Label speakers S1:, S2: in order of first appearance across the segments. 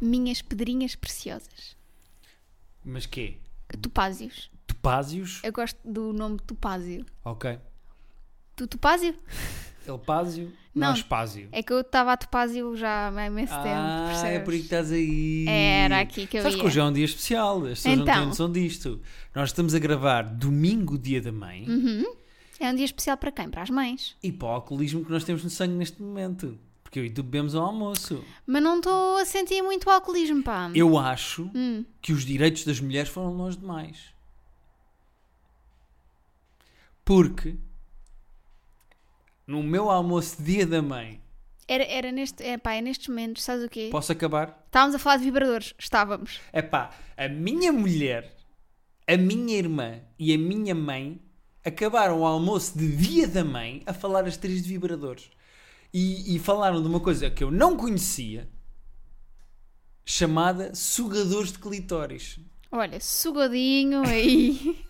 S1: minhas pedrinhas preciosas.
S2: Mas quê?
S1: Topázios.
S2: Topázios?
S1: Eu gosto do nome Topázio.
S2: Ok.
S1: Tu Topázio?
S2: Elpásio?
S1: Não.
S2: Não, espásio.
S1: É que eu estava a Topázio já há imenso tempo,
S2: Ah,
S1: percebes?
S2: é por aí que estás aí.
S1: Era aqui que eu
S2: Sabes
S1: ia.
S2: que hoje é um dia especial, as pessoas não
S1: Então.
S2: têm noção disto. Nós estamos a gravar domingo, dia da mãe, tá-
S1: É um dia especial para quem? Para as mães.
S2: e para o alcoolismo que nós temos no sangue neste momento. Porque eu e tu bebemos ao almoço.
S1: Mas não estou a sentir muito alcoolismo, pá.
S2: Eu acho
S1: Hum.
S2: que os direitos das mulheres foram longe demais. Porque no meu almoço dia da mãe,
S1: Era, era neste, é, pá, é nestes momentos, sabes o quê?
S2: posso acabar?
S1: Estávamos a falar de vibradores. Estávamos.
S2: É pá, a minha mulher, a minha irmã e a minha mãe acabaram o almoço de dia da mãe a falar as três de vibradores. E, e falaram de uma coisa que eu não conhecia, chamada sugadores de clitóris.
S1: Olha, sugadinho aí.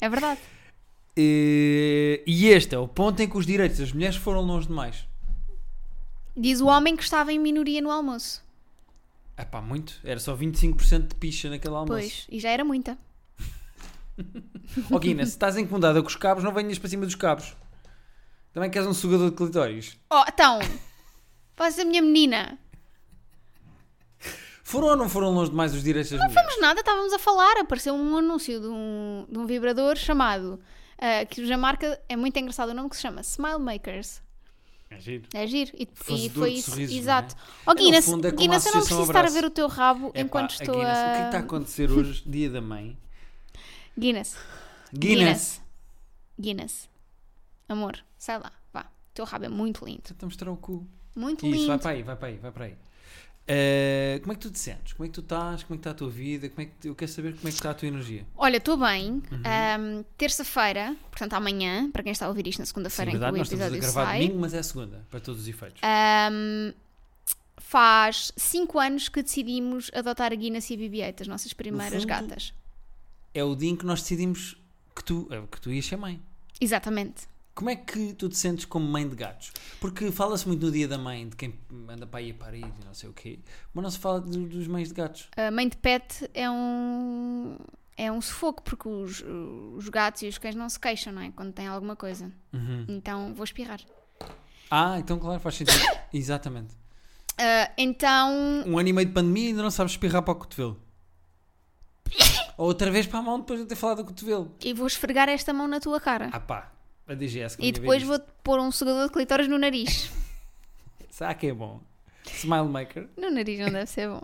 S1: é verdade.
S2: Eh, E este é o ponto em que os direitos das mulheres foram longe demais.
S1: Diz o homem que estava em minoria no almoço.
S2: É pá, muito. Era só 25% de picha naquele almoço.
S1: Pois, e já era muita.
S2: Ó Guina, se estás incomodada com os cabos, não venhas para cima dos cabos. Também queres um sugador de clitóris.
S1: Oh, então, faz a minha menina.
S2: Foram ou não foram longe demais os direitos das mulheres?
S1: Mas nada, estávamos a falar. Apareceu um anúncio de um, de um vibrador chamado. ah, que a marca é muito engraçado o nome que se chama Smile Makers.
S2: É giro.
S1: É giro. E, e
S2: Fazedor
S1: foi
S2: de
S1: isso.
S2: sorrisos,
S1: Exato.
S2: não
S1: Ó,
S2: É, no
S1: Guinness,
S2: fundo, é como a
S1: Guinness, eu não
S2: Associação
S1: preciso estar a
S2: Abraço.
S1: ver o teu rabo
S2: É pá,
S1: enquanto
S2: a
S1: estou
S2: Guinness,
S1: a.
S2: O que é que está a acontecer hoje, dia da mãe?
S1: Guinness.
S2: Guinness!
S1: Guinness. Amor, sai lá. Vá. O teu rabo é muito lindo.
S2: Tenta mostrar o cu.
S1: Muito
S2: Isso, vai
S1: lindo.
S2: para aí, vai para aí, vai para aí. Eh, como é que tu te sentes? Como é que tu estás? Como é que está a tua vida? Como é que eu quero saber como é que está a tua energia.
S1: Olha, estou bem.
S2: Uhum.
S1: Ahm, Terça-feira, portanto amanhã, para quem está a ouvir isto na segunda-feira em que o
S2: verdade, nós estamos a
S1: episódio
S2: gravar
S1: sai,
S2: domingo, mas é a segunda, para todos os efeitos.
S1: ahm, faz 5 anos que decidimos adotar a Guinness e a BB-8, as nossas primeiras
S2: fundo-
S1: gatas.
S2: É o dia em que nós decidimos que tu, eh, que tu ias ser mãe.
S1: Exatamente.
S2: Como é que tu te sentes como mãe de gatos? Porque fala-se muito no dia da mãe, de quem anda para aí a Paris e não sei o quê, mas não se fala do- dos mães de gatos.
S1: A mãe de pet é um... É um sufoco, porque os, os gatos e os cães não se queixam, não é? Quando têm alguma coisa.
S2: Uhum.
S1: Então, vou espirrar.
S2: Ah, então claro, faz sentido. Exatamente.
S1: Ah, então,
S2: Um ano e meio de pandemia e ainda não sabes espirrar para o cotovelo. Ou outra vez para a mão depois de eu ter falado do cotovelo.
S1: e vou esfregar esta mão na tua cara.
S2: Ah pá, a DGS. que
S1: e
S2: vinha ver
S1: depois
S2: isto.
S1: vou-te pôr um sugador de clitóris no nariz.
S2: Será que é bom? Smile maker.
S1: No nariz não deve ser bom.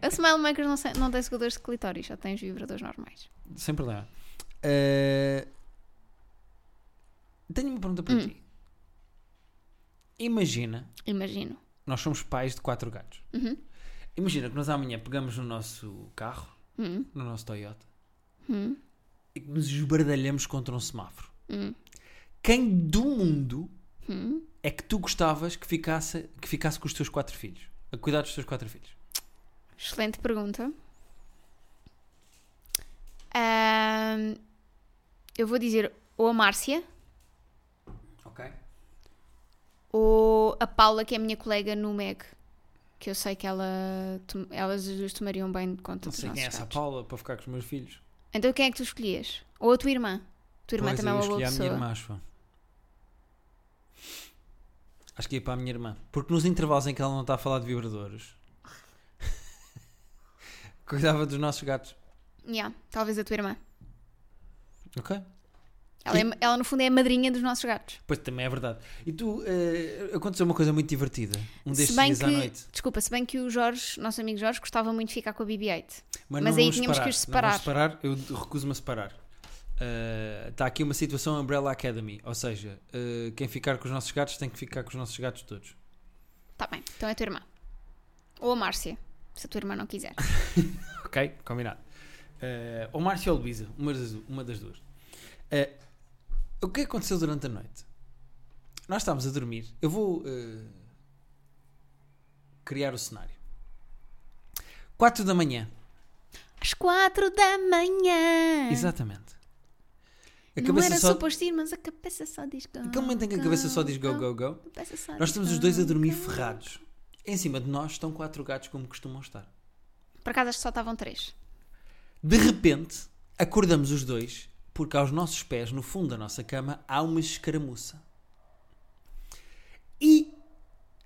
S1: A Smile Makers não, se- não tem sugadores de clitóris, só tem os vibradores normais.
S2: Sem problema. Eh, Tenho uma pergunta para
S1: Hum.
S2: ti. Imagina,
S1: Imagino.
S2: nós somos pais de quatro gatos.
S1: Uhum.
S2: Imagina que nós amanhã pegamos no nosso carro,
S1: Uhum.
S2: no nosso Toyota, e que nos esbardalhamos contra um semáforo.
S1: Uhum.
S2: Quem do mundo é que tu gostavas que ficasse, que ficasse com os teus quatro filhos? A cuidar dos teus quatro filhos?
S1: Excelente pergunta. Ahm, eu vou dizer ou a Márcia
S2: Ok.
S1: ou a Paula, que é a minha colega no MEG. Que eu sei que ela, tom- elas as duas tomariam bem de conta
S2: Não
S1: dos
S2: sei quem é
S1: nossos
S2: essa
S1: gatos.
S2: Paula para ficar com os meus filhos.
S1: Então quem é que tu escolhias? Ou a tua irmã? Tua irmã
S2: Pois,
S1: também é
S2: eu
S1: uma boa
S2: escolhi a minha
S1: pessoa.
S2: irmã, acho. eu. Acho que ia para a minha irmã. Porque nos intervalos em que ela não está a falar de vibradores, cuidava dos nossos gatos.
S1: Yeah, talvez a tua irmã.
S2: Ok?
S1: Ela, é- ela, no fundo é a madrinha dos nossos gatos.
S2: Pois também é verdade. E tu, eh, aconteceu uma coisa muito divertida. Um destes
S1: se bem
S2: dias
S1: que,
S2: à noite.
S1: Desculpa, se bem que o Jorge, nosso amigo Jorge, gostava muito de ficar com a BB-8. mas
S2: não
S1: aí
S2: vamos
S1: tínhamos que os
S2: Não vamos separar, eu recuso-me a separar. Eh, Está aqui uma situação Umbrella Academy. Ou seja, eh, quem ficar com os nossos gatos tem que ficar com os nossos gatos todos.
S1: Tá bem, então é a tua irmã. Ou a Márcia, se a tua irmã não quiser.
S2: Ok, combinado. Eh, ou Márcio ou Luísa, uma das, uma das duas. Eh, o que aconteceu durante a noite? Nós estávamos a dormir. Eu vou eh, criar o cenário. 4 da manhã,
S1: Às quatro da manhã.
S2: exatamente. A
S1: não
S2: cabeça
S1: era
S2: só.
S1: suposto ir, mas a cabeça só diz go.
S2: Aquele momento em que a cabeça só diz go, go, go.
S1: A cabeça só
S2: Nós
S1: diz
S2: estamos os
S1: go,
S2: dois a dormir
S1: go.
S2: ferrados. Em cima de nós estão quatro gatos como costumam estar.
S1: Por acaso acho que só estavam três.
S2: De repente, acordamos os dois, porque aos nossos pés, no fundo da nossa cama, há uma escaramuça. E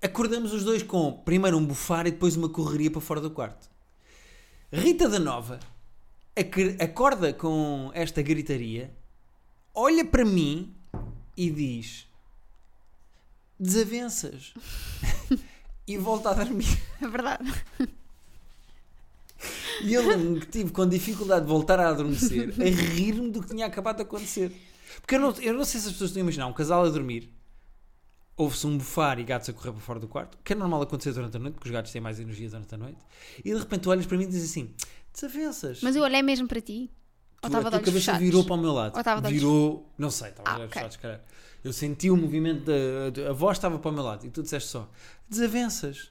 S2: acordamos os dois com primeiro um bufar e depois uma correria para fora do quarto. Rita da Nova ac- acorda com esta gritaria, olha para mim e diz: Desavenças. e volta a dormir.
S1: É verdade.
S2: E eu lembro-me que tive com dificuldade de voltar a adormecer, a rir-me do que tinha acabado de acontecer. Porque eu não, eu não sei se as pessoas estão a imaginar um casal a dormir, ouve-se um bufar e gatos a correr para fora do quarto, que é normal acontecer durante a noite, porque os gatos têm mais energia durante a noite, e de repente tu olhas para mim e dizes assim: desavenças.
S1: Mas eu olhei mesmo para ti. Ou
S2: tu,
S1: estava
S2: a
S1: de
S2: tua
S1: olhos
S2: cabeça
S1: fechados?
S2: virou para o meu lado.
S1: Ou estava de olhos-
S2: virou, não sei, estava
S1: Ah,
S2: a olhos
S1: ok.
S2: fechados, caralho. Eu senti o movimento da. A voz estava para o meu lado e tu disseste só: desavenças.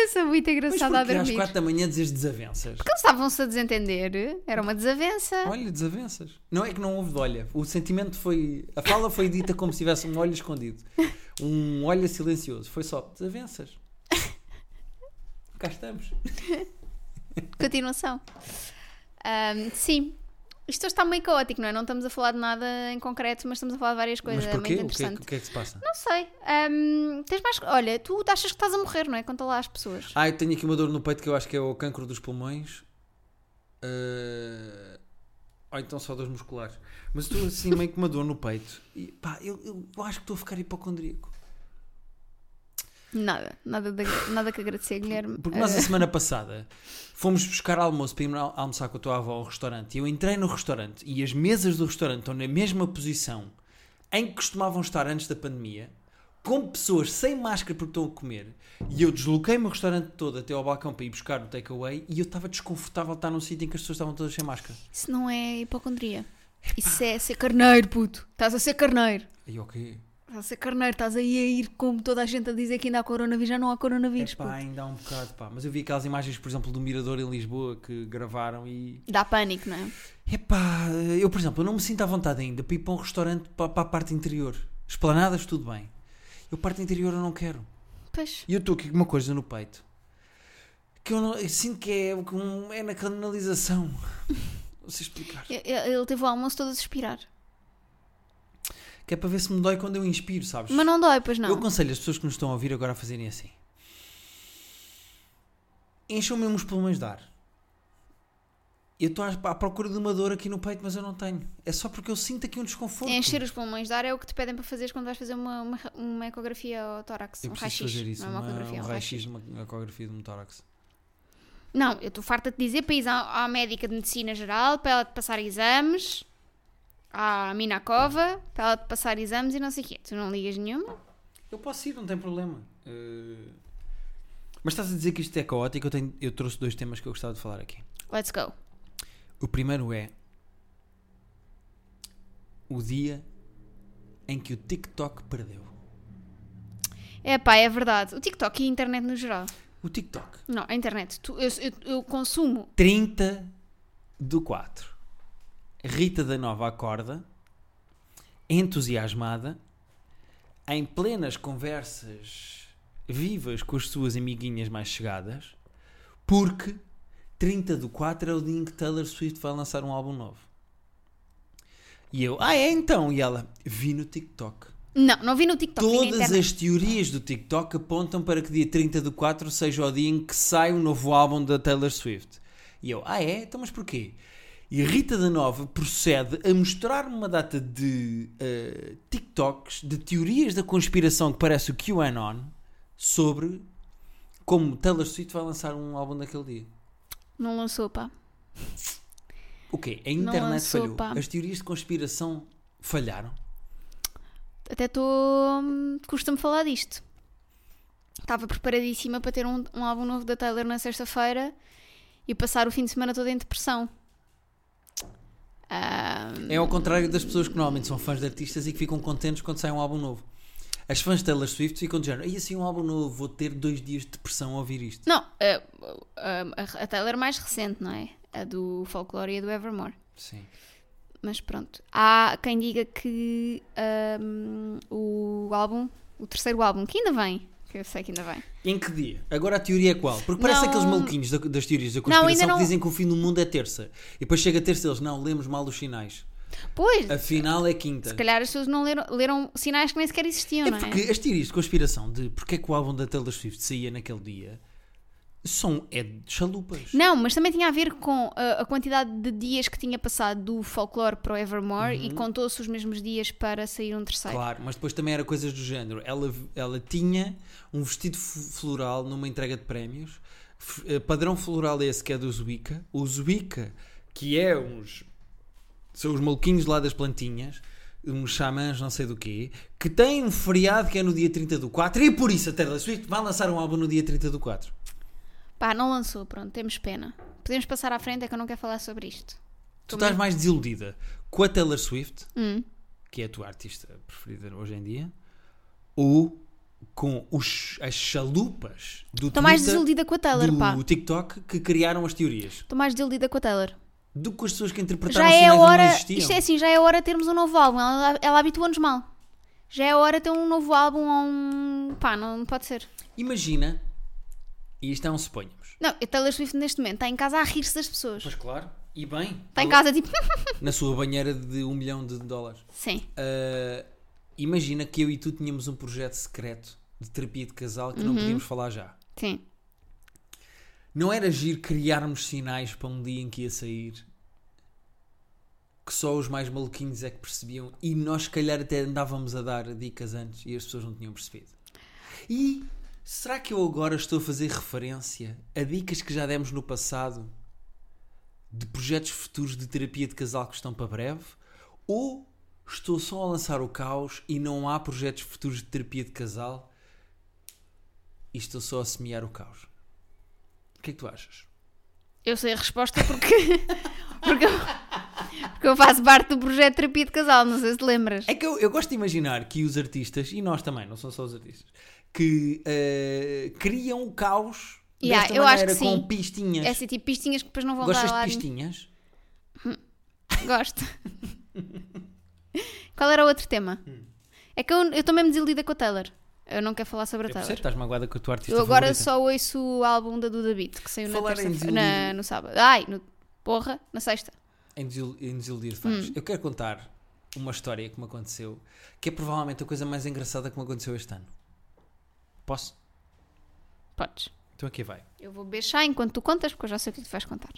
S1: Eu sou muito
S2: Mas
S1: engraçada a
S2: porquê às
S1: dormir.
S2: quatro da manhã dizes desavenças?
S1: Porque eles estavam-se a desentender. Era uma desavença.
S2: Olha, desavenças. Não é que não houve de olha. O sentimento foi. A fala foi dita como se tivesse um olho escondido. Um olho silencioso. Foi só desavenças. Cá estamos.
S1: Continuação. Ahm, sim. Isto hoje está meio caótico, não é? Não estamos a falar de nada em concreto, mas estamos a falar de várias coisas.
S2: Mas
S1: É
S2: porquê?
S1: muito
S2: O que, é, que-
S1: interessante.
S2: o que é que se passa?
S1: Não sei. Ahm, tens mais. Olha, tu achas que estás a morrer, não é? Conta lá às pessoas.
S2: Ah, eu tenho aqui uma dor no peito que eu acho que é o cancro dos pulmões. Ah, Ou então só dores musculares. Mas estou assim meio com uma dor no peito. E pá, eu, eu- eu acho que estou a ficar hipocondríaco.
S1: Nada. Nada, de, nada que agradecer, Guilherme.
S2: Porque nós
S1: Ah,
S2: a semana passada fomos buscar almoço para ir al- almoçar com a tua avó ao restaurante. E eu entrei no restaurante e as mesas do restaurante estão na mesma posição em que costumavam estar antes da pandemia, com pessoas sem máscara porque estão a comer. E eu desloquei-me o restaurante todo até ao balcão para ir buscar o takeaway e eu estava desconfortável de estar num sítio em que as pessoas estavam todas sem máscara.
S1: Isso não é hipocondria. Isso é ser carneiro, puto. Estás a ser carneiro.
S2: E ok.
S1: Estás a ser carneiro. Estás aí a ir como toda a gente a dizer que ainda há coronavírus. Já não há coronavírus,
S2: Epá,
S1: puto.
S2: ainda há um bocado, pá. Mas eu vi aquelas imagens, por exemplo, do Mirador em Lisboa que gravaram e
S1: Dá pânico, não é?
S2: Epá, eu por exemplo, eu não me sinto à vontade ainda para ir para um restaurante para, para a parte interior. Esplanadas, tudo bem. Eu parte interior eu não quero.
S1: Pois.
S2: E eu estou aqui com uma coisa no peito. Que eu, não, eu sinto que é, que um- é na canalização. Não sei explicar.
S1: E- e- Ele teve o almoço todo a suspirar.
S2: Que é para ver se me dói quando eu inspiro, sabes?
S1: Mas não dói, pois não.
S2: Eu aconselho as pessoas que nos estão a ouvir agora a fazerem assim. Encham mesmo os pulmões de ar. Eu estou à, à procura de uma dor aqui no peito, mas eu não tenho. É só porque eu sinto aqui um desconforto.
S1: Encher os pulmões de ar é o que te pedem para fazeres quando vais fazer uma, uma, uma ecografia ao tórax.
S2: Eu
S1: um
S2: preciso
S1: raio-x.
S2: fazer isso,
S1: Não é uma
S2: uma-
S1: ecografia,
S2: um
S1: um raio-x.
S2: raio-x, uma, uma ecografia de um tórax.
S1: Não, eu estou farta de dizer para ir à, à médica de medicina geral, para ela te passar exames, à Minacova, para ela te passar exames e não sei o quê. Tu não ligas nenhuma?
S2: Eu posso ir, não tem problema. Eh, Mas estás a dizer que isto é caótico, eu, tenho- eu trouxe dois temas que eu gostava de falar aqui.
S1: Let's go.
S2: O primeiro é o dia em que o TikTok perdeu.
S1: É pá, é verdade. O TikTok e a internet no geral.
S2: O TikTok.
S1: Não, a internet. Tu- eu, eu- eu consumo.
S2: 30 do 4. Rita da Nova acorda, entusiasmada, em plenas conversas vivas com as suas amiguinhas mais chegadas, porque 30 do 4 é o dia em que Taylor Swift vai lançar um álbum novo. E eu, ah é então? E ela, vi no TikTok.
S1: Não, não vi no TikTok, vi na
S2: Todas
S1: internet.
S2: as teorias do TikTok apontam para que dia 30 do 4 seja o dia em que sai o novo álbum da Taylor Swift. E eu, ah é? Então mas porquê? E Rita da Nova procede a mostrar-me uma data de eh, TikToks, de teorias da conspiração que parece o QAnon, sobre como Taylor Swift vai lançar um álbum daquele dia.
S1: Não lançou, pá.
S2: O quê? A
S1: Não
S2: internet
S1: lançou,
S2: falhou.
S1: pá.
S2: As teorias de conspiração falharam.
S1: Até estou. Custa-me falar disto. Estava preparadíssima para ter um, um álbum novo da Taylor na sexta-feira e passar o fim de semana todo em depressão. Ah,
S2: É ao contrário das pessoas que normalmente são fãs de artistas e que ficam contentes quando sai um álbum novo. As fãs de Taylor Swift ficam de género, e assim um álbum novo, vou ter dois dias de depressão a ouvir isto.
S1: não, ah, ah, a, a Taylor mais recente, não é? A do Folklore e a do Evermore.
S2: Sim.
S1: Mas pronto. Há quem diga que hum, o álbum, o terceiro álbum, que ainda vem, que eu sei que ainda vem.
S2: Em que dia? Agora a teoria é qual? Porque parece
S1: Não.
S2: aqueles maluquinhos da- das teorias da
S1: Não, ainda
S2: conspiração
S1: não-
S2: que dizem que o fim do mundo é terça. E depois chega a terça e eles, não, lemos mal os sinais.
S1: Pois,
S2: Afinal é quinta.
S1: se calhar as pessoas não leram, leram sinais que nem sequer existiam,
S2: É
S1: não é?
S2: porque as teorias de conspiração de porque é que o álbum da Taylor Swift saía naquele dia são é de chalupas.
S1: Não, mas também tinha a ver com uh, a, quantidade de dias que tinha passado do folclore para o Evermore e contou-se os mesmos dias para sair um terceiro.
S2: Uhum. Claro, mas depois também era coisas do género. Ela, ela tinha um vestido f- floral numa entrega de prémios. F- eh, Padrão floral esse que é do Zubica. O Zubica, que é uns. São os maluquinhos lá das plantinhas, uns xamãs, não sei do quê, que tem um feriado que é no dia 30 do 4 e por isso a Taylor Swift vai lançar um álbum no dia 30 do 4.
S1: Pá, não lançou, pronto, temos pena. Podemos passar à frente, é que eu não quero falar sobre isto.
S2: Tu estás mais desiludida com a Taylor Swift,
S1: Hum.
S2: que é a tua artista preferida hoje em dia, ou com os, as chalupas do
S1: Estou mais
S2: Twitter,
S1: desiludida com a Taylor,
S2: do
S1: pá.
S2: TikTok que criaram as teorias
S1: Estou mais desiludida com a Taylor.
S2: do que com as pessoas que interpretaram
S1: Já
S2: os
S1: é a
S2: sinais onde
S1: hora,
S2: assim, não existiam.
S1: isto é assim, já é a hora de termos um novo álbum. Ela, ela habitua-nos mal. Já é a hora de ter um novo álbum ou um. pá, não pode ser.
S2: Imagina, e isto é um suponhamos.
S1: Não, a Taylor Swift neste momento está em casa a rir-se das pessoas.
S2: Pois claro, e bem,
S1: Está em casa tipo.
S2: na sua banheira de um milhão de dólares.
S1: Sim.
S2: Ah, imagina que eu e tu tínhamos um projeto secreto de terapia de casal que não
S1: Uhum.
S2: podíamos falar já.
S1: Sim.
S2: Não era giro criarmos sinais para um dia em que ia sair que só os mais maluquinhos é que percebiam e nós, se calhar, até andávamos a dar dicas antes e as pessoas não tinham percebido. E será que eu agora estou a fazer referência a dicas que já demos no passado de projetos futuros de terapia de casal que estão para breve? Ou estou só a lançar o caos e não há projetos futuros de terapia de casal e estou só a semear o caos? O que é que tu achas?
S1: Eu sei a resposta porque. porque, eu, porque eu faço parte do projeto de terapia de casal, não sei se te lembras.
S2: É que eu, eu gosto de imaginar que os artistas, e nós também, não são só os artistas, que eh, criam o caos
S1: Yeah,
S2: desta
S1: eu acho
S2: maneira
S1: que
S2: com
S1: sim.
S2: pistinhas.
S1: É assim, tipo pistinhas que depois não vão
S2: Gostas
S1: dar
S2: de
S1: lá.
S2: pistinhas?
S1: Gosto. Qual era o outro tema?
S2: Hum.
S1: É que eu, eu estou mesmo desiludida com a Taylor. Eu não quero falar sobre a
S2: Eu percebo,
S1: Taylor.
S2: estás magoada com a tua artista
S1: Eu agora
S2: favorita.
S1: só ouço o álbum da Duda Beat, que saiu na
S2: Falar em
S1: terça
S2: desiludido.
S1: na, no sábado. Ai, no, porra, na sexta.
S2: Em, desil, em desiludir
S1: Hum.
S2: fãs. Eu quero contar uma história que me aconteceu, que é provavelmente a coisa mais engraçada que me aconteceu este ano. Posso?
S1: Podes.
S2: Então aqui vai.
S1: Eu vou beber chá enquanto tu contas, porque eu já sei o que tu vais contar.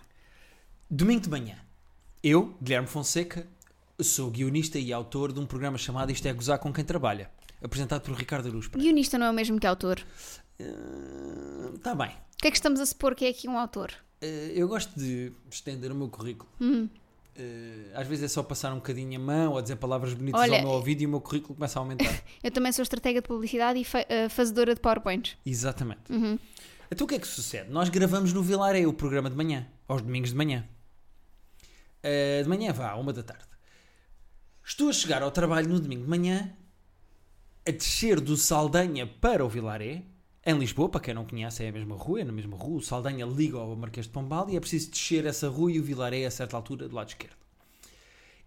S2: Domingo de manhã, eu, Guilherme Fonseca, sou guionista e autor de um programa chamado Isto é Gozar com Quem Trabalha, apresentado por Ricardo Aruz. Pereira.
S1: Guionista não é o mesmo que autor.
S2: Está Hum, tá bem.
S1: O que é que estamos a supor que é aqui um autor?
S2: Eh, eu gosto de estender o meu currículo. Eh, às vezes é só passar um bocadinho a mão ou dizer palavras bonitas
S1: Olha,
S2: ao meu ouvido e o meu currículo começa a aumentar.
S1: Eu também sou estratega de publicidade e fa- eh, fazedora de PowerPoints.
S2: Exatamente. Então o que é que sucede? Nós gravamos no Vilaré o programa de manhã, aos domingos de manhã. Eh, de manhã vá, à uma da tarde. Estou a chegar ao trabalho no domingo de manhã, a descer do Saldanha para o Vilaré, em Lisboa, para quem não conhece, é a mesma rua, é na mesma rua. O Saldanha liga ao Marquês de Pombal e é preciso descer essa rua e o Vilaré, a certa altura, do lado esquerdo.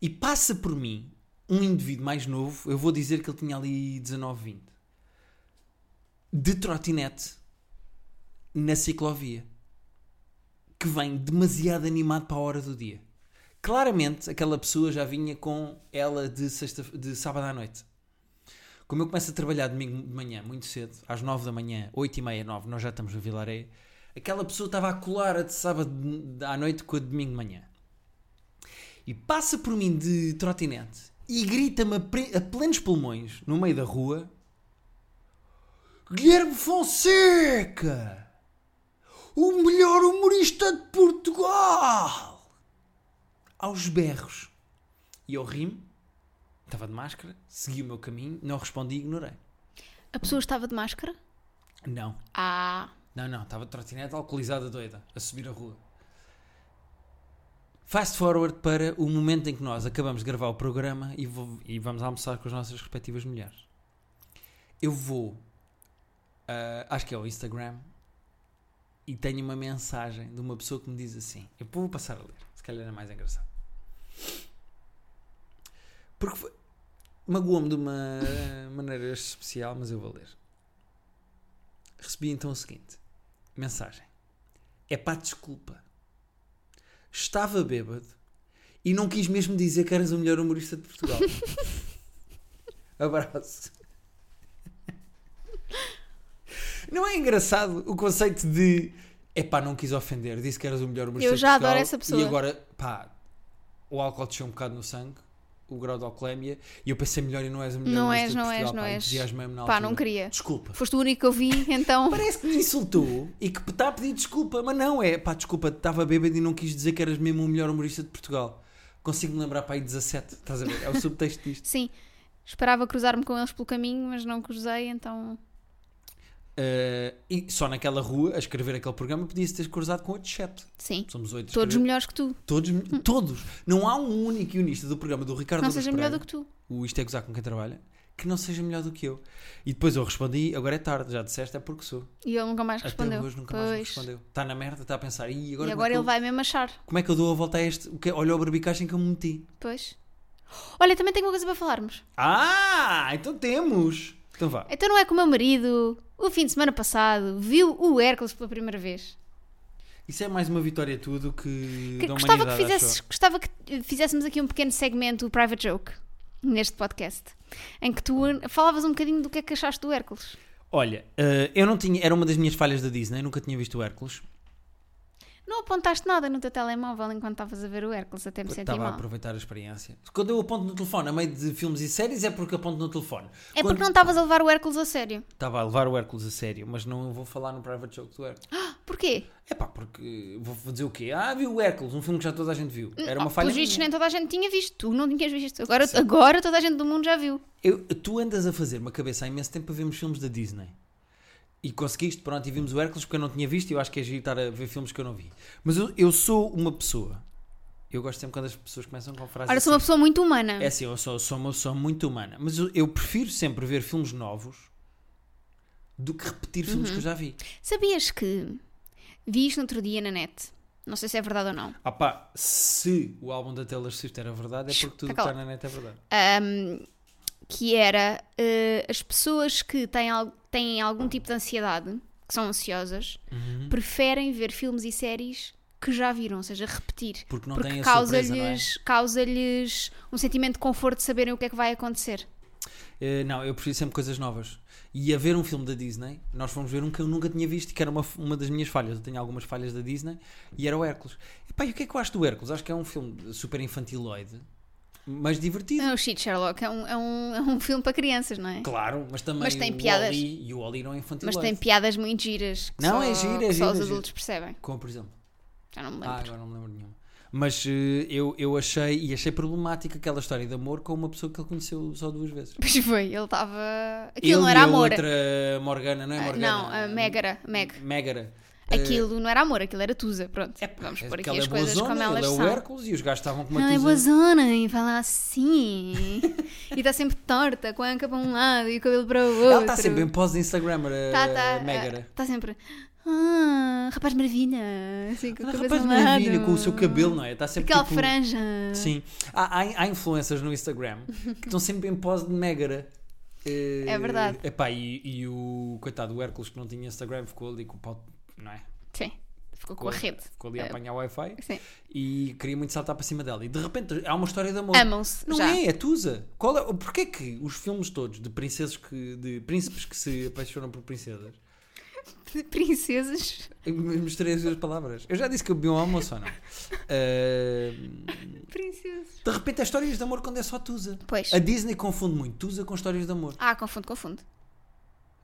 S2: E passa por mim um indivíduo mais novo, eu vou dizer que ele tinha ali 19, 20, de trotinete na ciclovia, que vem demasiado animado para a hora do dia. Claramente, aquela pessoa já vinha com ela de, sexta, de sábado à noite. Como eu começo a trabalhar domingo de manhã, muito cedo, às 9 da manhã, 8 e meia, 9, nós já estamos no Vilaré, aquela pessoa estava a colar a de sábado à noite com a de domingo de manhã. E passa por mim de trotinete e grita-me a, pre- a plenos pulmões, no meio da rua, Guilherme Fonseca! O melhor humorista de Portugal! Aos berros. E eu ri-me, estava de máscara, segui o meu caminho, não respondi e ignorei.
S1: A pessoa estava de máscara?
S2: Não,
S1: Ah.
S2: não, não, estava de trotinete alcoolizada doida, a subir a rua. Fast forward para o momento em que nós acabamos de gravar o programa e, vou- e vamos almoçar com as nossas respectivas mulheres. Eu vou, ah, acho que é o Instagram, e tenho uma mensagem de uma pessoa que me diz assim: Eu vou passar a ler, se calhar é mais engraçado. Porque foi- magoou-me de uma maneira especial, mas eu vou ler. Recebi então o seguinte: mensagem. É pá, desculpa. Estava bêbado e não quis mesmo dizer que eras o melhor humorista de Portugal. Abraço. Não é engraçado o conceito de é pá, não quis ofender, disse que eras o melhor humorista
S1: Eu já
S2: de
S1: adoro
S2: Portugal.
S1: essa pessoa.
S2: E agora, pá, o álcool desceu um bocado no sangue, o grau de alcoolemia, e eu pensei melhor e não és o melhor
S1: Não
S2: humorista
S1: és,
S2: de
S1: não
S2: Portugal,
S1: és,
S2: pá,
S1: não és.
S2: entusiasmei-me na
S1: Pá,
S2: altura.
S1: não queria.
S2: Desculpa.
S1: Foste o único que eu vi, então.
S2: Parece que me insultou e que está a pedir desculpa, mas não é. Pá, desculpa, estava bêbado e não quis dizer que eras mesmo o melhor humorista de Portugal. Consigo-me lembrar para aí 17, estás a ver? É o subtexto disto.
S1: Sim, esperava cruzar-me com eles pelo caminho, mas não cruzei, então.
S2: Eh, e só naquela rua, a escrever aquele programa, podia-se ter cruzado com outros sete.
S1: Sim.
S2: Somos oito. a
S1: Todos
S2: escrever.
S1: melhores que tu.
S2: Todos, todos. Não há um único guionista do programa do Ricardo
S1: Não
S2: Luz
S1: seja melhor do que tu.
S2: o Isto é Gozar com quem trabalha, que não seja melhor do que eu. E depois eu respondi, agora é tarde, já disseste, é porque sou.
S1: E ele nunca mais respondeu.
S2: Até hoje nunca
S1: pois.
S2: mais me respondeu. Está na merda, está a pensar, e agora,
S1: e agora
S2: como é que
S1: ele
S2: eu-
S1: vai mesmo achar.
S2: Como é que eu dou a volta a este? o que- Olha o barbicagem que eu me meti.
S1: Pois. Olha, também tenho uma coisa para falarmos.
S2: Ah, então temos. Então vá.
S1: Então não é que o meu marido, o fim de semana passado, viu o Hércules pela primeira vez.
S2: Isso é mais uma vitória tudo que,
S1: Que-
S2: da
S1: gostava, que
S2: humanidade, acho
S1: fizesses, gostava que eh, fizéssemos aqui um pequeno segmento, o Private Joke, neste podcast, em que tu falavas um bocadinho do que é que achaste do Hércules.
S2: eu. Olha, eh, eu não tinha, era uma das minhas falhas da Disney, nunca tinha visto o Hércules.
S1: Não apontaste nada no teu telemóvel enquanto estavas a ver o Hércules, até me senti
S2: Estava a
S1: mal.
S2: aproveitar a experiência. Quando eu aponto no telefone, a meio de filmes e séries, é porque aponto no telefone.
S1: É
S2: Quando-
S1: porque não estavas a levar o Hércules a sério.
S2: Estava a levar o Hércules a sério, mas não vou falar no private joke do
S1: Ah.
S2: Hércules.
S1: Porquê?
S2: É pá, porque vou vou dizer o quê? Ah, vi o Hércules, um filme que já toda a gente viu. Era É uma
S1: Oh,
S2: falha.
S1: Pelos vistos,
S2: minha.
S1: nem toda a gente tinha visto. Tu não tinhas visto. Agora, agora toda a gente do mundo já viu.
S2: Eu- tu andas a fazer uma cabeça há imenso tempo a vermos filmes da Disney. E conseguiste, pronto, e vimos o Hércules porque eu não tinha visto e eu acho que é giro estar a ver filmes que eu não vi. Mas eu, eu sou uma pessoa. Eu gosto sempre quando as pessoas começam com frases. assim.
S1: Ora, sou uma pessoa muito humana.
S2: É assim, eu sou, sou uma pessoa muito humana. Mas eu, eu prefiro sempre ver filmes novos do que repetir filmes
S1: Uhum.
S2: que eu já vi.
S1: Sabias que vi isto no outro dia na net? Não sei se é verdade ou não.
S2: Ah pá, se o álbum da Taylor Swift era verdade, é porque
S1: tá
S2: tudo que está
S1: calado.
S2: na net é verdade.
S1: Ahm, que era eh, as pessoas que têm, al- têm algum tipo de ansiedade, que são ansiosas,
S2: Uhum.
S1: preferem ver filmes e séries que já viram, ou seja, repetir.
S2: Porque não têm
S1: Porque
S2: a surpresa, não é?
S1: causa-lhes causa-lhes um sentimento de conforto de saberem o que é que vai acontecer.
S2: Eh, não, eu prefiro sempre coisas novas. E a ver um filme da Disney, nós fomos ver um que eu nunca tinha visto e que era uma, uma das minhas falhas. Eu tenho algumas falhas da Disney e era o Hércules. Epá, e o que é que eu acho do Hércules? Acho que é um filme super infantiloide, mas divertido.
S1: Não, shit, Sherlock, é um, é, um, é um filme para crianças, não é?
S2: Claro, mas também
S1: Mas tem
S2: o
S1: piadas.
S2: Oli e o Oli não é
S1: Mas
S2: infantiloide.
S1: tem piadas muito giras que
S2: Não,
S1: só,
S2: é gira, é
S1: que só
S2: gira,
S1: os
S2: é
S1: adultos percebem.
S2: Como, por exemplo.
S1: Já não me lembro.
S2: Ah, agora não me lembro de nenhuma. Mas eh, eu, eu achei, e achei problemática aquela história de amor com uma pessoa que ele conheceu só duas vezes.
S1: Pois foi, ele estava. Aquilo não
S2: Ele
S1: era
S2: e a
S1: amor.
S2: outra Morgana, não é
S1: Ah,
S2: Morgana?
S1: não, a Megara, Meg.
S2: Megara.
S1: Aquilo não era amor, aquilo era Tusa. Pronto, É, vamos
S2: É
S1: pôr
S2: que
S1: aqui
S2: ela
S1: as
S2: é boa
S1: coisas
S2: zona,
S1: como elas
S2: ele é o
S1: são.
S2: Hércules e os gajos estavam com uma
S1: Ela é
S2: tusa.
S1: boazona e fala assim. e está sempre torta, com a anca para um lado e o cabelo para o outro.
S2: Ela está sempre eh, né? em pose de Instagram, a
S1: Tá, tá,
S2: Megara.
S1: Está sempre. Ah, rapaz maravilha. Assim, com a
S2: Ela é
S1: cabeça
S2: rapaz
S1: de lado.
S2: maravilha com o seu cabelo, não é? Está sempre
S1: Aquela
S2: tipo-
S1: franja.
S2: Sim. Há, há, há influencers no Instagram que estão sempre em pose de Megara. Eh,
S1: É verdade.
S2: Epá, e, e o coitado, o Hércules que não tinha Instagram ficou ali com o pau, não é?
S1: Sim, ficou com a rede.
S2: Ficou ali a
S1: É.
S2: apanhar o Wi-Fi
S1: Sim.
S2: e queria muito saltar para cima dela. E de repente há uma história de amor.
S1: Amam-se.
S2: Não
S1: já.
S2: é, é Tusa. Qual é, porquê que os filmes todos de princesas que, de príncipes que se apaixonam por princesas é?
S1: Princesas.
S2: Eu Misturei as duas palavras. Eu já disse que eu bebi um almoço ou não. Ahm,
S1: Princesas.
S2: de repente há histórias de amor quando é só Tusa.
S1: Pois.
S2: A Disney confunde muito Tusa com histórias de amor.
S1: Ah, confundo, confundo.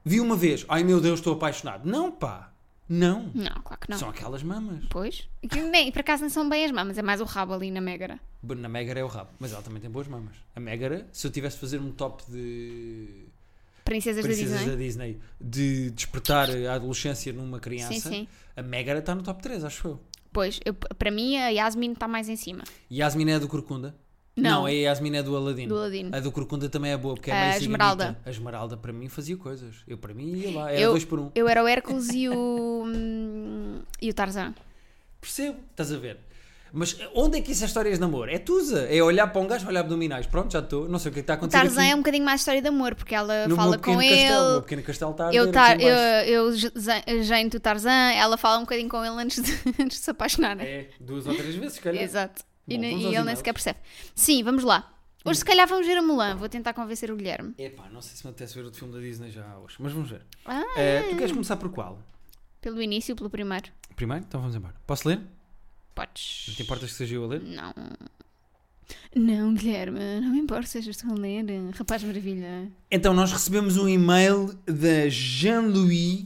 S2: Vi uma vez, ai meu Deus, estou apaixonado. Não, pá. Não.
S1: Não, claro que não.
S2: São aquelas mamas.
S1: Pois. Que nem, por acaso nem são bem as mamas, é mais o rabo ali na Megara.
S2: Na Megara é o rabo, mas ela também tem boas mamas. A Megara, se eu tivesse de fazer um top de
S1: Princesas,
S2: princesas
S1: da
S2: da Disney de despertar a adolescência numa criança,
S1: Disney. Sim, sim.
S2: a Megara está no top 3, acho eu.
S1: Pois, eu- para mim a Yasmin está mais em cima.
S2: Yasmin é a do Corcunda?
S1: Não.
S2: a Yasmin é do Aladino.
S1: Do Aladino.
S2: A do Corcunda também é boa, porque é
S1: A
S2: meio ciganita.
S1: Esmeralda.
S2: A Esmeralda para mim fazia coisas. Eu para mim ia lá, era
S1: Eu-
S2: dois por um.
S1: Eu era o Hércules e o. hum, e o Tarzan.
S2: Percebo, estás a ver? Mas onde é que isso é histórias de namoro? É Tusa. É olhar para um gajo, olhar abdominais. Pronto, já estou. Não sei o que é que está a
S1: O
S2: acontecer.
S1: Tarzan
S2: aqui.
S1: é um bocadinho mais história de amor, porque ela
S2: No
S1: fala
S2: meu pequeno
S1: com
S2: castelo. O
S1: ele.
S2: meu pequeno castelo assim está a arder
S1: Eu,
S2: aqui
S1: tar,
S2: embaixo.
S1: eu, eu zen- jeito o Tarzan, ela fala um bocadinho com ele antes de, antes de se apaixonar, né?
S2: É, duas ou três vezes, se calhar.
S1: Exato. E,
S2: Bom,
S1: ne-
S2: vamos
S1: e
S2: aos
S1: ele nem
S2: e-mails. Hum.
S1: sequer percebe. Sim, vamos lá. Hoje se calhar vamos ver a Mulan, vou tentar convencer o Guilherme.
S2: Epá, não sei se me apetece ver outro filme da Disney já hoje, mas vamos ver.
S1: Ah,
S2: Eh, tu queres começar por qual?
S1: Pelo início, pelo primeiro.
S2: Primeiro? Então vamos embora. Posso ler? Não
S1: Podes.
S2: te importas que seja eu a ler?
S1: Não. Não, Guilherme, não me importa, sejas tu a ler. eh, Rapaz Maravilha.
S2: Então, nós recebemos um e-mail da Jean-Louis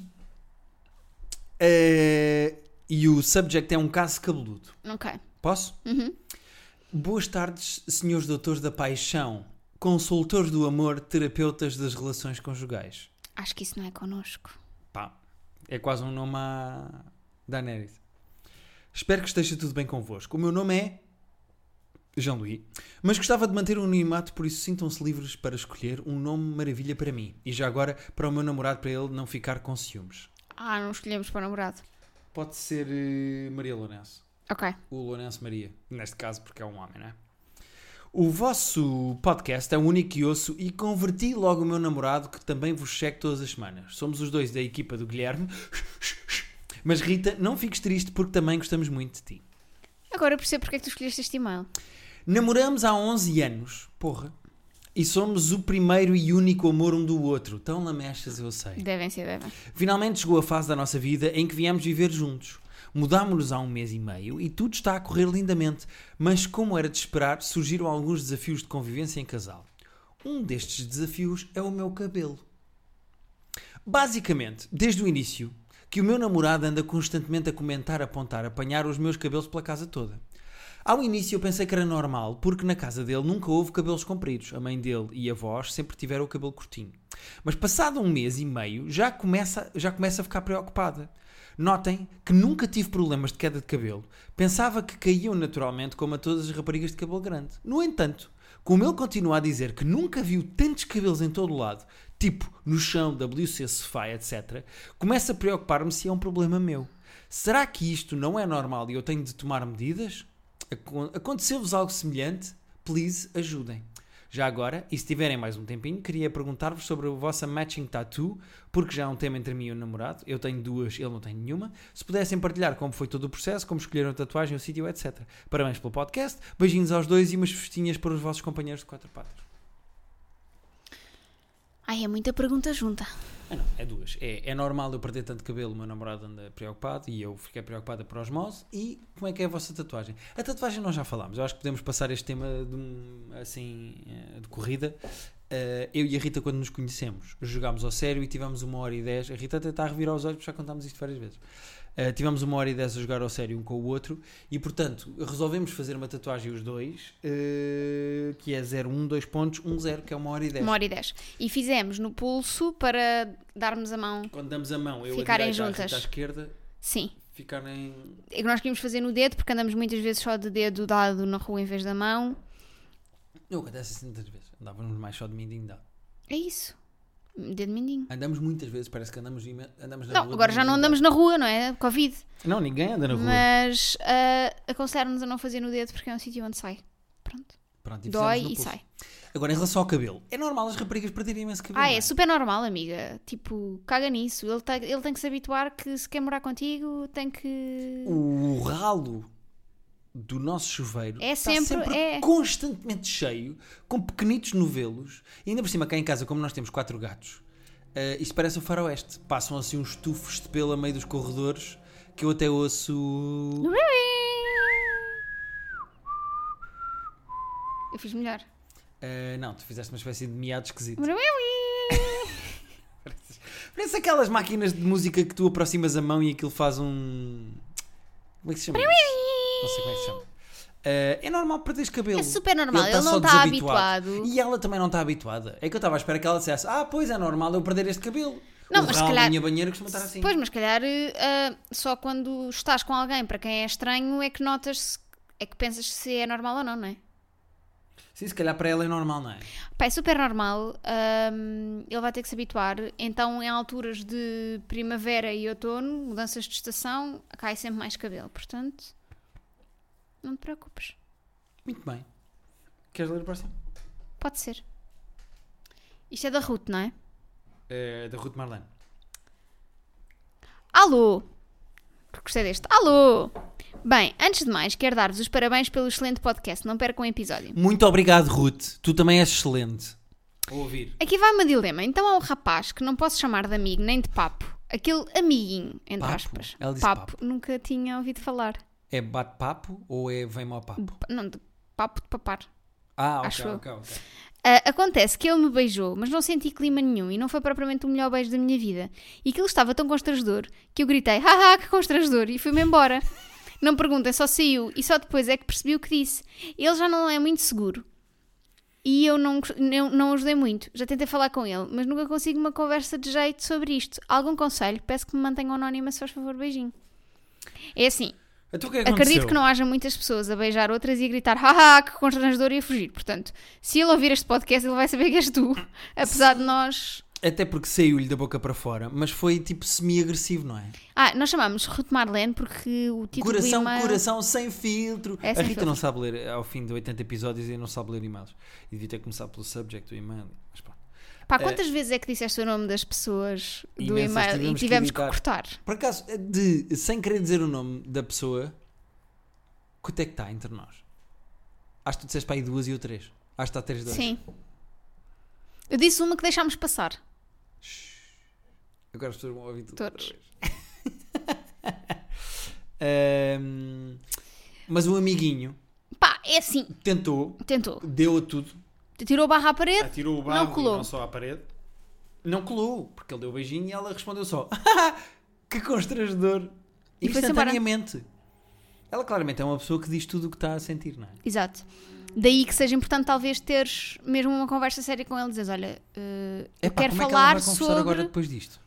S2: eh, e o subject é um caso cabeludo.
S1: Ok.
S2: Posso?
S1: Uhum.
S2: Boas tardes, senhores doutores da paixão, consultores do amor, terapeutas das relações conjugais.
S1: Acho que isso não é connosco.
S2: Pá, é quase um nome a... da Neris. Espero que esteja tudo bem convosco. O meu nome é Jean-Louis, mas gostava de manter o anonimato, por isso sintam-se livres para escolher um nome maravilha para mim e já agora para o meu namorado, para ele não ficar com ciúmes.
S1: Ah, não escolhemos para o namorado.
S2: Pode ser eh, Maria Lourenço.
S1: Ok.
S2: o Lourenço Maria, neste caso porque é um homem, não é? O vosso podcast é o único que ouço e converti logo o meu namorado que também vos segue todas as semanas. Somos os dois da equipa do Guilherme. Mas Rita, não fiques triste porque também gostamos muito de ti.
S1: Agora eu percebo porque é que tu escolheste este e-mail.
S2: Namoramos há 11 anos, porra. E somos o primeiro e único amor um do outro. Tão lamechas eu sei.
S1: Devem ser, devem.
S2: Finalmente chegou a fase da nossa vida em que viemos viver juntos. Mudámos-nos há um mês e meio e tudo está a correr lindamente, mas como era de esperar, surgiram alguns desafios de convivência em casal. Um destes desafios é o meu cabelo. Basicamente, desde o início, que o meu namorado anda constantemente a comentar, apontar, apanhar os meus cabelos pela casa toda. Ao início eu pensei que era normal, porque na casa dele nunca houve cabelos compridos. A mãe dele e a avós sempre tiveram o cabelo curtinho. Mas passado um mês e meio, já começa, já começa a ficar preocupada. Notem que nunca tive problemas de queda de cabelo. Pensava que caíam naturalmente como a todas as raparigas de cabelo grande. No entanto, como ele continua a dizer que nunca viu tantos cabelos em todo o lado, tipo no chão, WC, sofá, etc., começa a preocupar-me se é um problema meu. Será que isto não é normal e eu tenho de tomar medidas? Acon- Aconteceu-vos algo semelhante? Please, ajudem. Já agora, e se tiverem mais um tempinho, queria perguntar-vos sobre a vossa matching tattoo, porque já é um tema entre mim e o namorado. Eu tenho duas, ele não tem nenhuma. Se pudessem partilhar como foi todo o processo, como escolheram a tatuagem, o sítio, etc. Parabéns pelo podcast, beijinhos aos dois e umas festinhas para os vossos companheiros de quatro patas.
S1: Ai, é muita pergunta junta.
S2: Ah, não, é duas. É, é normal eu perder tanto cabelo, o meu namorado anda preocupado e eu fiquei preocupada por osmose. E como é que é a vossa tatuagem? A tatuagem nós já falámos, eu acho que podemos passar este tema de, um- assim, eh, de corrida. Eh, eu e a Rita, quando nos conhecemos, jogámos ao sério e tivemos uma hora e dez. A Rita até está a revirar os olhos, já contámos isto várias vezes. Eh, tivemos uma hora e dez a jogar ao sério um com o outro e, portanto, resolvemos fazer uma tatuagem os dois, eh, que é 01, 2 pontos, 1-0, que é uma hora e dez.
S1: Uma hora e dez. E fizemos no pulso para darmos a mão.
S2: Quando damos a mão, eu
S1: Ficarem
S2: a direita, a Rita
S1: juntas.
S2: à esquerda,
S1: Sim.
S2: ficarem.
S1: É que Nós queríamos fazer no dedo, porque andamos muitas vezes só de dedo dado na rua em vez da mão.
S2: Não acontece assim tantas vezes. Andávamos mais só de mindinho dá.
S1: É isso. Dedo mindinho.
S2: Andamos muitas vezes, parece que andamos, imen- andamos na
S1: Não,
S2: rua.
S1: agora
S2: de
S1: já não
S2: mindinho
S1: andamos na rua, não é? Covid.
S2: dado. Não, ninguém anda na rua.
S1: Mas ah, aconselho-nos a não fazer no dedo, porque é um sítio onde sai. Pronto.
S2: Pronto, e
S1: Dói
S2: fizemos no
S1: e
S2: pulso. É
S1: sai.
S2: Agora, em relação ao cabelo, é normal as raparigas perderem imenso cabelo.
S1: Ah,
S2: não
S1: é super normal, amiga. Tipo, caga nisso. Ele, tá- ele tem que se habituar que se quer morar contigo, tem que.
S2: O ralo do nosso chuveiro
S1: É
S2: está
S1: sempre- é.
S2: constantemente cheio, com pequenitos novelos. E ainda por cima, cá em casa, como nós temos quatro gatos, eh, isto parece um faroeste. Passam assim uns tufos de pelo a meio dos corredores que eu até ouço.
S1: é? Eu fiz melhor.
S2: Eh, não, tu fizeste uma espécie de miado esquisito.
S1: Mas
S2: Parece aquelas máquinas de música que tu aproximas a mão e aquilo faz um. Como é que se chama? isso? Não sei como é que se chama. Ah, é normal perderes cabelo.
S1: É super normal, ele
S2: tá
S1: não
S2: só
S1: tá
S2: desabituado.
S1: habituado.
S2: E ela também não está habituada. É que eu estava à espera que ela dissesse: Ah, pois é normal eu perder este cabelo.
S1: Não,
S2: o
S1: mas se
S2: ralo
S1: calhar-
S2: da minha banheira costuma estar assim.
S1: Pois, mas calhar eh, ah, só quando estás com alguém para quem é estranho é que notas, se- é que pensas se é normal ou não, não é?
S2: Sim, se calhar para ela é normal, não é?
S1: Pá, é super normal, ahm, ele vai ter que se habituar. Então, em alturas de primavera e outono, mudanças de estação, cai sempre mais cabelo. Portanto, Não te preocupes.
S2: Muito bem. Queres ler o próximo?
S1: Pode ser. Isto é da Ruth, não é?
S2: É da Ruth Marlene.
S1: Alô! Gostei deste. Alô! Bem, antes de mais, quero dar-vos os parabéns pelo excelente podcast. Não percam um episódio.
S2: Muito obrigado, Ruth. Tu também és excelente. A ouvir.
S1: Aqui vai uma dilema. Então há um rapaz que não posso chamar de amigo nem de papo. Aquele amiguinho, entre
S2: Papo?
S1: aspas.
S2: Ela disse papo.
S1: Nunca tinha ouvido falar.
S2: É bate-papo ou é vem-me ao papo?
S1: Pa- Não, de papo de papar.
S2: Ah, ok,
S1: Acho eu.
S2: ok, ok.
S1: Ah, acontece que ele me beijou, mas não senti clima nenhum e não foi propriamente o melhor beijo da minha vida. E aquilo estava tão constrangedor que eu gritei, haha, que constrangedor, e fui-me embora. Não perguntem, só saiu e só depois é que percebi o que disse. Ele já não é muito seguro. E eu não, gos- não, não ajudei muito. Já tentei falar com ele, mas nunca consigo uma conversa de jeito sobre isto. Algum conselho? Peço que me mantenham anónima, se faz favor, beijinho. É assim,
S2: Então o que é
S1: Acredito
S2: que aconteceu?
S1: que não haja muitas pessoas a beijar outras e a gritar haha, que constrangedor e a fugir. Portanto, se ele ouvir este podcast, ele vai saber que és tu. Apesar de nós.
S2: Até porque saiu-lhe da boca para fora, mas foi tipo semi-agressivo, não é?
S1: Ah, nós chamamos Ruth Marlene porque o título do
S2: coração,
S1: tipo e-mail...
S2: coração sem filtro.
S1: É,
S2: a
S1: sem
S2: Rita
S1: filtro.
S2: não sabe ler eh, ao fim de 80 episódios e não sabe ler e-mails. E devia ter começado pelo subject do e-mail. Mas pronto.
S1: Pá, quantas vezes é que disseste o nome das pessoas do
S2: Imensas,
S1: e-mail
S2: tivemos
S1: e
S2: que
S1: tivemos que,
S2: editar.
S1: cortar?
S2: Por acaso, é de, sem querer dizer o nome da pessoa, quanto é que está entre nós? Acho que tu disseste para aí duas e eu três. Acho que está três, dois.
S1: Sim. Eu disse uma que deixámos passar.
S2: Agora as pessoas vão ouvir tudo.
S1: Todos.
S2: outra vez. Ahm, mas o amiguinho
S1: Pá, é assim.
S2: tentou,
S1: Tentou.
S2: deu a tudo,
S1: Tirou a barra à parede.
S2: atirou o
S1: barro
S2: barro
S1: Não colou. e
S2: não
S1: não
S2: só à parede. Não colou, porque ele deu o beijinho e ela respondeu só que constrangedor.
S1: E foi-se embora.
S2: Instantaneamente. Ela claramente é uma pessoa que diz tudo o que está a sentir, não é?
S1: Exato. Daí que seja importante talvez teres mesmo uma conversa séria com ele e dizes, olha, eh, eu
S2: Epá,
S1: quero
S2: como
S1: falar
S2: é que ela vai conversar
S1: sobre...
S2: agora depois disto?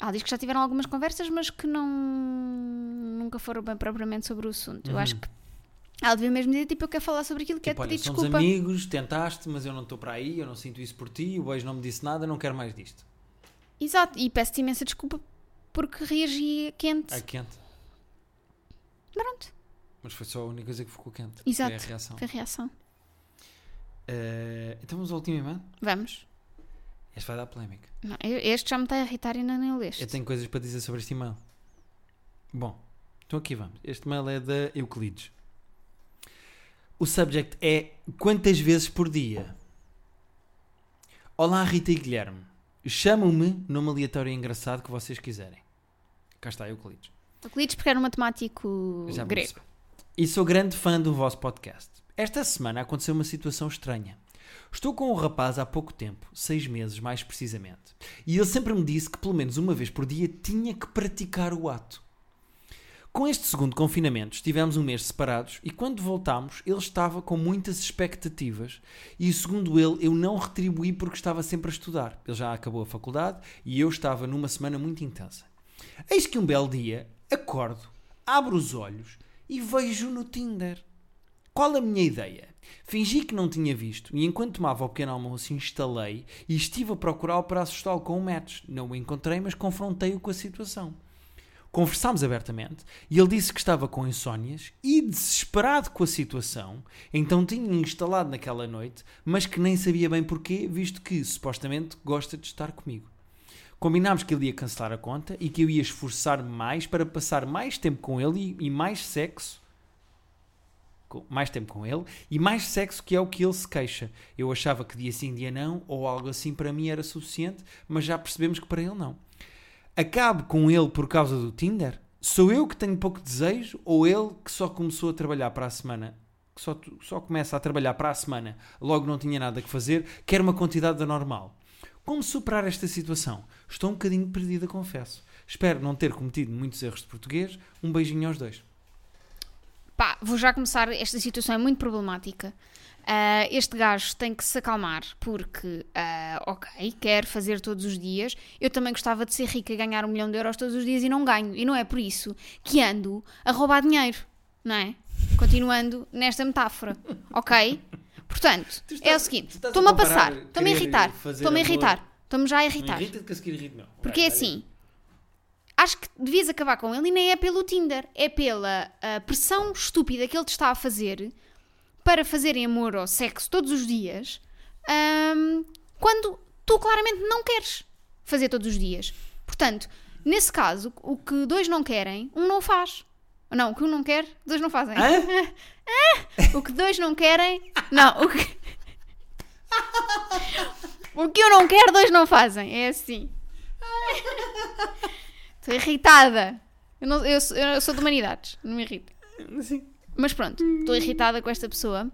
S1: Ela diz que já tiveram algumas conversas, mas que não nunca foram bem propriamente sobre o assunto. Eu acho
S2: Uhum.
S1: que ela devia mesmo dizer, tipo, eu quero falar sobre aquilo, quero
S2: tipo,
S1: te
S2: olha,
S1: pedir
S2: somos
S1: desculpa.
S2: amigos, tentaste, mas eu não estou para aí, eu não sinto isso por ti, o beijo não me disse nada, não quero mais disto.
S1: Exato, e peço-te imensa desculpa porque reagi quente.
S2: Ah, quente.
S1: Pronto,
S2: Mas foi só a única coisa que ficou quente.
S1: Exato.
S2: Foi a reação.
S1: foi a reação.
S2: Eh, então vamos ao último e-mail?
S1: Vamos.
S2: Este vai dar polémica.
S1: Não, eu- este já me está a irritar e ainda nem o leste.
S2: Eu tenho coisas para dizer sobre este e-mail. Bom, então aqui vamos. Este e-mail é da Euclides. O subject é quantas vezes por dia? Olá, Rita e Guilherme. Chamam-me nome aleatório e engraçado que vocês quiserem. Cá está, Euclides.
S1: Euclides porque era um matemático
S2: Já me
S1: grego.
S2: percebi. E sou grande fã do vosso podcast. Esta semana aconteceu uma situação estranha. Estou com um rapaz há pouco tempo, seis meses mais precisamente, e ele sempre me disse que pelo menos uma vez por dia tinha que praticar o ato. Com este segundo confinamento, estivemos um mês separados e quando voltámos, ele estava com muitas expectativas e, segundo ele, eu não retribuí porque estava sempre a estudar. Ele já acabou a faculdade e eu estava numa semana muito intensa. Eis que um belo dia acordo, abro os olhos e vejo no Tinder. Qual a minha ideia? Fingi que não tinha visto e enquanto tomava o pequeno almoço instalei e estive a procurá-lo para assustá-lo com um match. Não o encontrei, mas confrontei-o com a situação. Conversámos abertamente e ele disse que estava com insónias e desesperado com a situação, então tinha instalado naquela noite, mas que nem sabia bem porquê, visto que supostamente gosta de estar comigo. Combinámos que ele ia cancelar a conta e que eu ia esforçar-me mais para passar mais tempo com ele e, e mais sexo. com- Mais tempo com ele e mais sexo, que é o que ele se queixa. Eu achava que dia sim, dia não, ou algo assim para mim era suficiente, mas já percebemos que para ele não. Acabo com ele por causa do Tinder? Sou eu que tenho pouco desejo ou ele que só começou a trabalhar para a semana? Que só, tu- só começa a trabalhar para a semana, logo não tinha nada que fazer, quer uma quantidade da normal. Como superar esta situação? Estou um bocadinho perdida, confesso. Espero não ter cometido muitos erros de português. Um beijinho aos dois.
S1: Pá, vou já começar. Esta situação é muito problemática. Ah, este gajo tem que se acalmar porque, ah, ok, quer fazer todos os dias. Eu também gostava de ser rica e ganhar um milhão de euros todos os dias e não ganho. E não é por isso que ando a roubar dinheiro, não é? Continuando nesta metáfora, ok? Portanto,
S2: Tu estás-
S1: é o seguinte:
S2: tu estás a
S1: estou-me a
S2: comparar
S1: passar, estou-me a
S2: querer
S1: irritar,
S2: fazer
S1: estou-me a
S2: amor-
S1: irritar, estou-me já a irritar.
S2: que a seguir irrita, não.
S1: Porque é assim, é acho que devias acabar com ele e nem é pelo Tinder, é pela ah, pressão estúpida que ele te está a fazer para fazerem amor ou sexo todos os dias, ahm, quando tu claramente não queres fazer todos os dias. Portanto, nesse caso, o que dois não querem, um não faz. Não, o que um não quer, dois não fazem.
S2: Hã?
S1: O que dois não querem. Não, o que. O que eu não quero, dois não fazem. É assim. Estou irritada. Eu, não- eu sou- eu sou de humanidades, não me irrito.
S2: Sim.
S1: Mas pronto, estou irritada com esta pessoa.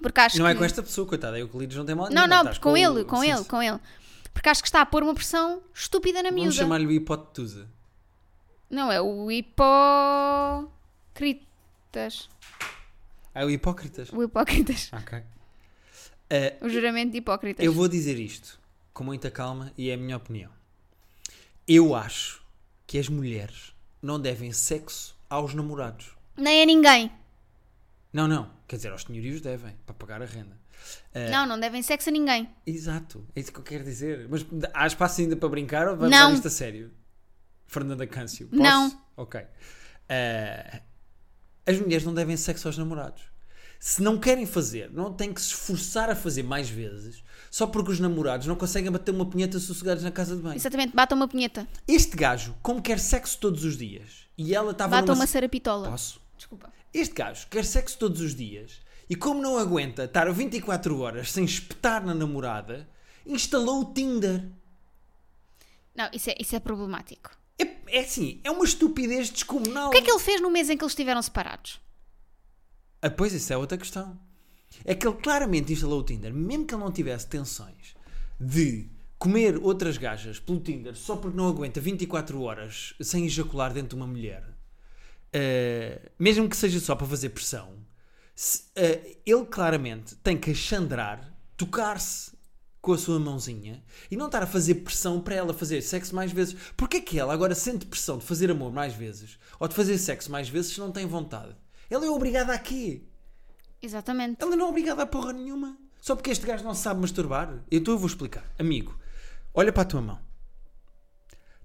S1: Porque acho
S2: Hum. Não
S1: que.
S2: é com esta pessoa, coitada. Eu que lido não tem mal
S1: Não,
S2: nenhuma,
S1: não,
S2: estás
S1: com ele,
S2: o-
S1: com
S2: sim,
S1: ele,
S2: sim.
S1: com ele. Porque acho que está a pôr uma pressão estúpida na
S2: Vamos
S1: miúda.
S2: chamar-lhe o hipotetusa.
S1: Não, é o hipocritas.
S2: Ah, o hipócritas.
S1: O hipócritas.
S2: Ok. Ah,
S1: O juramento de hipócritas.
S2: eu vou dizer isto com muita calma e é a minha opinião. Eu acho que as mulheres não devem sexo aos namorados.
S1: Nem a ninguém.
S2: Não, não. Quer dizer, aos senhorios devem, para pagar a renda. Ah,
S1: Não, não devem sexo a ninguém.
S2: Exato, é isso que eu quero dizer. Mas há espaço ainda para brincar ou vai
S1: Não.
S2: levar isto a sério? Fernanda Câncio, posso?
S1: Não.
S2: Ok. Ah, as mulheres não devem sexo aos namorados. Se não querem fazer, não têm que se esforçar a fazer mais vezes só porque os namorados não conseguem bater uma pinheta sossegados na casa de banho.
S1: Exatamente, batam uma punheta.
S2: Este gajo, como quer sexo todos os dias e ela estava
S1: Batam
S2: numa.
S1: uma sarapitola.
S2: Posso?
S1: Desculpa.
S2: Este gajo quer sexo todos os dias e, como não aguenta estar 24 horas sem espetar na namorada, instalou o Tinder.
S1: Não, isso é, isso é problemático.
S2: É, é assim, é uma estupidez descomunal.
S1: O que é que ele fez no mês em que eles estiveram separados?
S2: Ah, pois, isso é outra questão. É que ele claramente instalou o Tinder, mesmo que ele não tivesse tensões de comer outras gajas pelo Tinder só porque não aguenta 24 horas sem ejacular dentro de uma mulher, ah, mesmo que seja só para fazer pressão, se- ah, ele claramente tem que achandrar, tocar-se com a sua mãozinha e não estar a fazer pressão para ela fazer sexo mais vezes. Porquê que ela agora sente pressão de fazer amor mais vezes ou de fazer sexo mais vezes se não tem vontade? Ela é obrigada a quê?
S1: Exatamente.
S2: Ela não é obrigada a porra nenhuma. Só porque este gajo não sabe masturbar. Então eu vou explicar. Amigo, olha para a tua mão.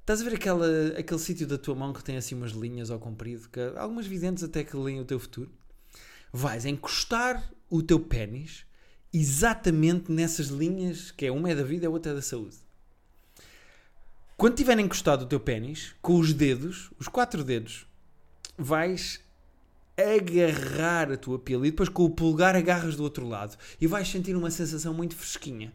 S2: Estás a ver aquela, aquele sítio da tua mão que tem assim umas linhas ao comprido, que algumas videntes até que leem o teu futuro? Vais encostar o teu pênis exatamente nessas linhas, que é uma é da vida, a outra é da saúde. Quando tiver encostado o teu pênis, com os dedos, os quatro dedos, vais agarrar a tua pila e depois com o pulgar agarras do outro lado e vais sentir uma sensação muito fresquinha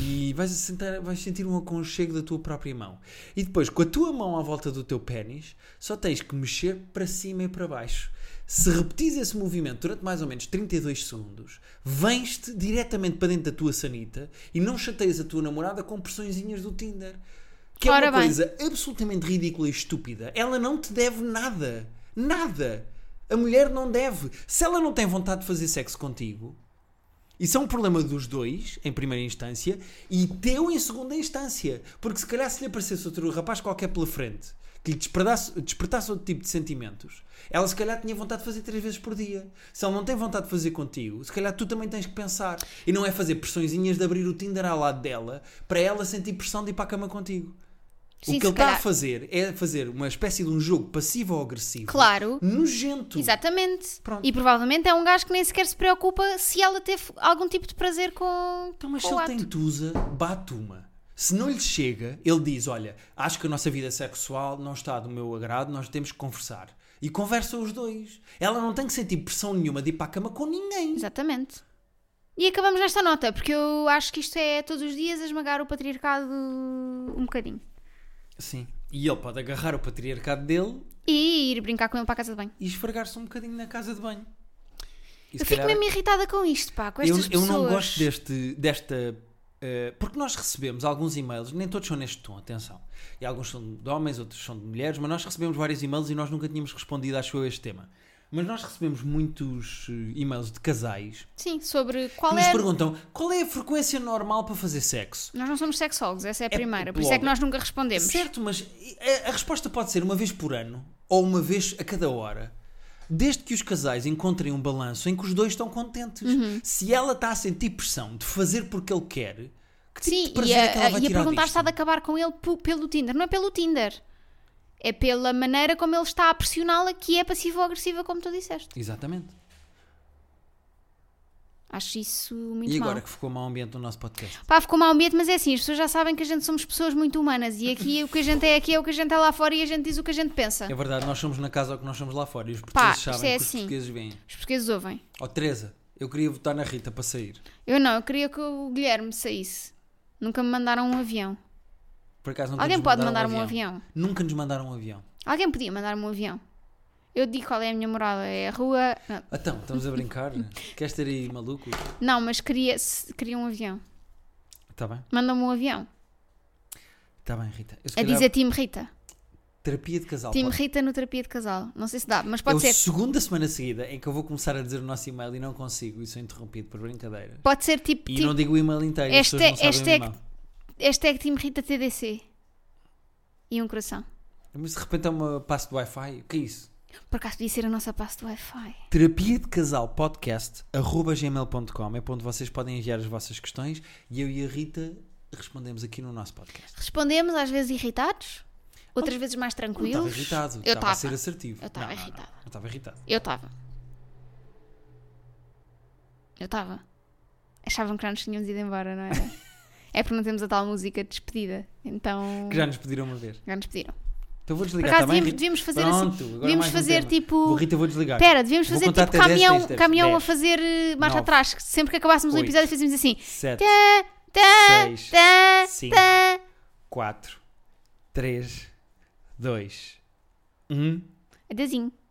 S2: e vais, sentar, vais sentir um aconchego da tua própria mão e depois com a tua mão à volta do teu pênis só tens que mexer para cima e para baixo se repetires esse movimento durante mais ou menos 32 segundos vens-te diretamente para dentro da tua sanita e não chateias a tua namorada com pressõezinhas do Tinder que é
S1: Ora
S2: uma
S1: bem.
S2: coisa absolutamente ridícula e estúpida. Ela não te deve nada. Nada. A mulher não deve. Se ela não tem vontade de fazer sexo contigo, isso é um problema dos dois, em primeira instância, e teu em segunda instância. Porque se calhar se lhe aparecesse outro rapaz qualquer pela frente, que lhe despertasse, despertasse outro tipo de sentimentos, ela se calhar tinha vontade de fazer três vezes por dia. Se ela não tem vontade de fazer contigo, se calhar tu também tens que pensar. E não é fazer pressõezinhas de abrir o Tinder ao lado dela, para ela sentir pressão de ir para a cama contigo.
S1: Sim,
S2: o que
S1: se
S2: ele está a
S1: calhar.
S2: fazer é fazer uma espécie de um jogo passivo ou agressivo.
S1: Claro.
S2: Nojento.
S1: Exatamente.
S2: Pronto.
S1: E provavelmente é um gajo que nem sequer se preocupa se ela teve algum tipo de prazer com,
S2: Então, mas
S1: com
S2: se
S1: o
S2: ele
S1: ato.
S2: tem tusa, bate uma. Se não lhe chega, ele diz: Olha, acho que a nossa vida sexual não está do meu agrado, nós temos que conversar. E conversam os dois. Ela não tem que sentir pressão nenhuma de ir para a cama com ninguém.
S1: Exatamente. E acabamos nesta nota, porque eu acho que isto é todos os dias a esmagar o patriarcado um bocadinho.
S2: Sim. E ele pode agarrar o patriarcado dele
S1: E ir brincar com ele para a casa de banho.
S2: e esfregar-se um bocadinho na casa de banho. E se
S1: eu fico
S2: calhar-
S1: mesmo irritada com isto, pá, com
S2: eu,
S1: estas
S2: eu
S1: pessoas.
S2: não gosto deste, desta. eh, porque nós recebemos alguns e-mails, nem todos são neste tom, atenção. E alguns são de homens, outros são de mulheres, mas nós recebemos vários e-mails e nós nunca tínhamos respondido, acho eu, a este tema. Mas nós recebemos muitos eh, e-mails de casais
S1: Sim, sobre qual
S2: que nos
S1: é.
S2: perguntam qual é a frequência normal para fazer sexo.
S1: Nós não somos sexólogos, essa é a
S2: É
S1: primeira, por isso é que
S2: logo.
S1: nós nunca respondemos.
S2: Certo, mas a, a resposta pode ser uma vez por ano ou uma vez a cada hora. Desde que os casais encontrem um balanço em que os dois estão contentes.
S1: Uhum.
S2: Se ela está a sentir pressão de fazer porque ele quer, que tipo
S1: Sim,
S2: de
S1: e
S2: prazer
S1: a,
S2: é que ela
S1: a-
S2: vai
S1: e a
S2: tirar
S1: perguntar se
S2: disto?
S1: há de acabar com ele pu- pelo Tinder. Não é pelo Tinder. É pela maneira como ele está a pressioná-la que é passiva ou agressiva, como tu disseste.
S2: Exatamente.
S1: Acho isso muito
S2: E agora
S1: mau.
S2: que ficou mau ambiente no nosso podcast.
S1: Pá, ficou mau ambiente, mas é assim, as pessoas já sabem que a gente somos pessoas muito humanas e aqui o que a gente é aqui é o que a gente é lá fora e a gente diz o que a gente pensa.
S2: É verdade, nós somos na casa ou que nós somos lá fora e os
S1: Pá,
S2: portugueses
S1: isto
S2: sabem
S1: é
S2: que os
S1: assim.
S2: portugueses vêm.
S1: Os portugueses ouvem.
S2: Ó Teresa, eu queria votar na Rita para sair.
S1: Eu não, eu queria que o Guilherme saísse. Nunca me mandaram um avião.
S2: Por acaso não
S1: Alguém
S2: nos
S1: pode
S2: mandaram
S1: mandar-me um avião?
S2: Nunca nos mandaram um avião.
S1: Alguém podia mandar-me um avião. Eu digo qual é a minha morada, é a rua. Não,
S2: Então, estamos a brincar? Queres ter aí maluco?
S1: não, mas queria, se- queria um avião.
S2: Está Tá bem,
S1: Manda-me um avião.
S2: está Tá bem, Rita. Eu, se
S1: A
S2: calhar,
S1: dizer Tim Rita.
S2: terapia de casal.
S1: Tim
S2: é Ah, pode-
S1: Rita no terapia de casal. Não sei se dá, mas
S2: é
S1: pode
S2: o
S1: ser.
S2: segunda semana seguida em que eu vou começar a dizer o nosso e-mail e não consigo e sou interrompido por brincadeiras.
S1: Pode ser tipo.
S2: E
S1: Tim-
S2: não digo o e-mail inteiro, as
S1: Este-
S2: pessoas não sabem
S1: este
S2: o
S1: é
S2: e-mail.
S1: Hashtag Team Rita TDC. E um coração.
S2: Mas de repente é uma passo do Wi-Fi. O que é isso?
S1: Por acaso podia ser a nossa pasta do Wi-Fi.
S2: Terapia de casal podcast arroba gmail.com é para onde vocês podem enviar as vossas questões e eu e a Rita respondemos aqui no nosso podcast.
S1: Respondemos às vezes irritados, outras vezes mais
S2: Oh, Eu
S1: tranquilos.
S2: estava irritado,
S1: Eu
S2: estava a
S1: estava.
S2: ser assim. assertivo.
S1: Eu estava
S2: Não, não, não,
S1: irritada.
S2: Eu estava irritado.
S1: Eu estava. Eu estava. Achavam que já nos tínhamos ido embora, não era? é porque não temos a tal música de despedida. Então.
S2: Que já nos pediram uma vez.
S1: já nos pediram.
S2: Então vou
S1: Por
S2: desligar
S1: acaso
S2: também.
S1: devíamos, devíamos fazer
S2: Pronto,
S1: assim.
S2: agora
S1: Devíamos
S2: mais um
S1: fazer
S2: tema. Vou,
S1: tipo.
S2: Rita, vou desligar.
S1: Espera, devíamos
S2: Tá. Vou
S1: fazer
S2: contar
S1: tipo
S2: até dez,
S1: caminhão,
S2: dez, dez,
S1: caminhão
S2: dez,
S1: a fazer eh, marcha
S2: nove,
S1: atrás. que Sempre que acabássemos um
S2: oito,
S1: episódio, fazíamos assim.
S2: 7,
S1: Tá, tá,
S2: 6,
S1: tá,
S2: cinco,
S1: tá.
S2: 4, 3, 2, 1.
S1: Adeusinho.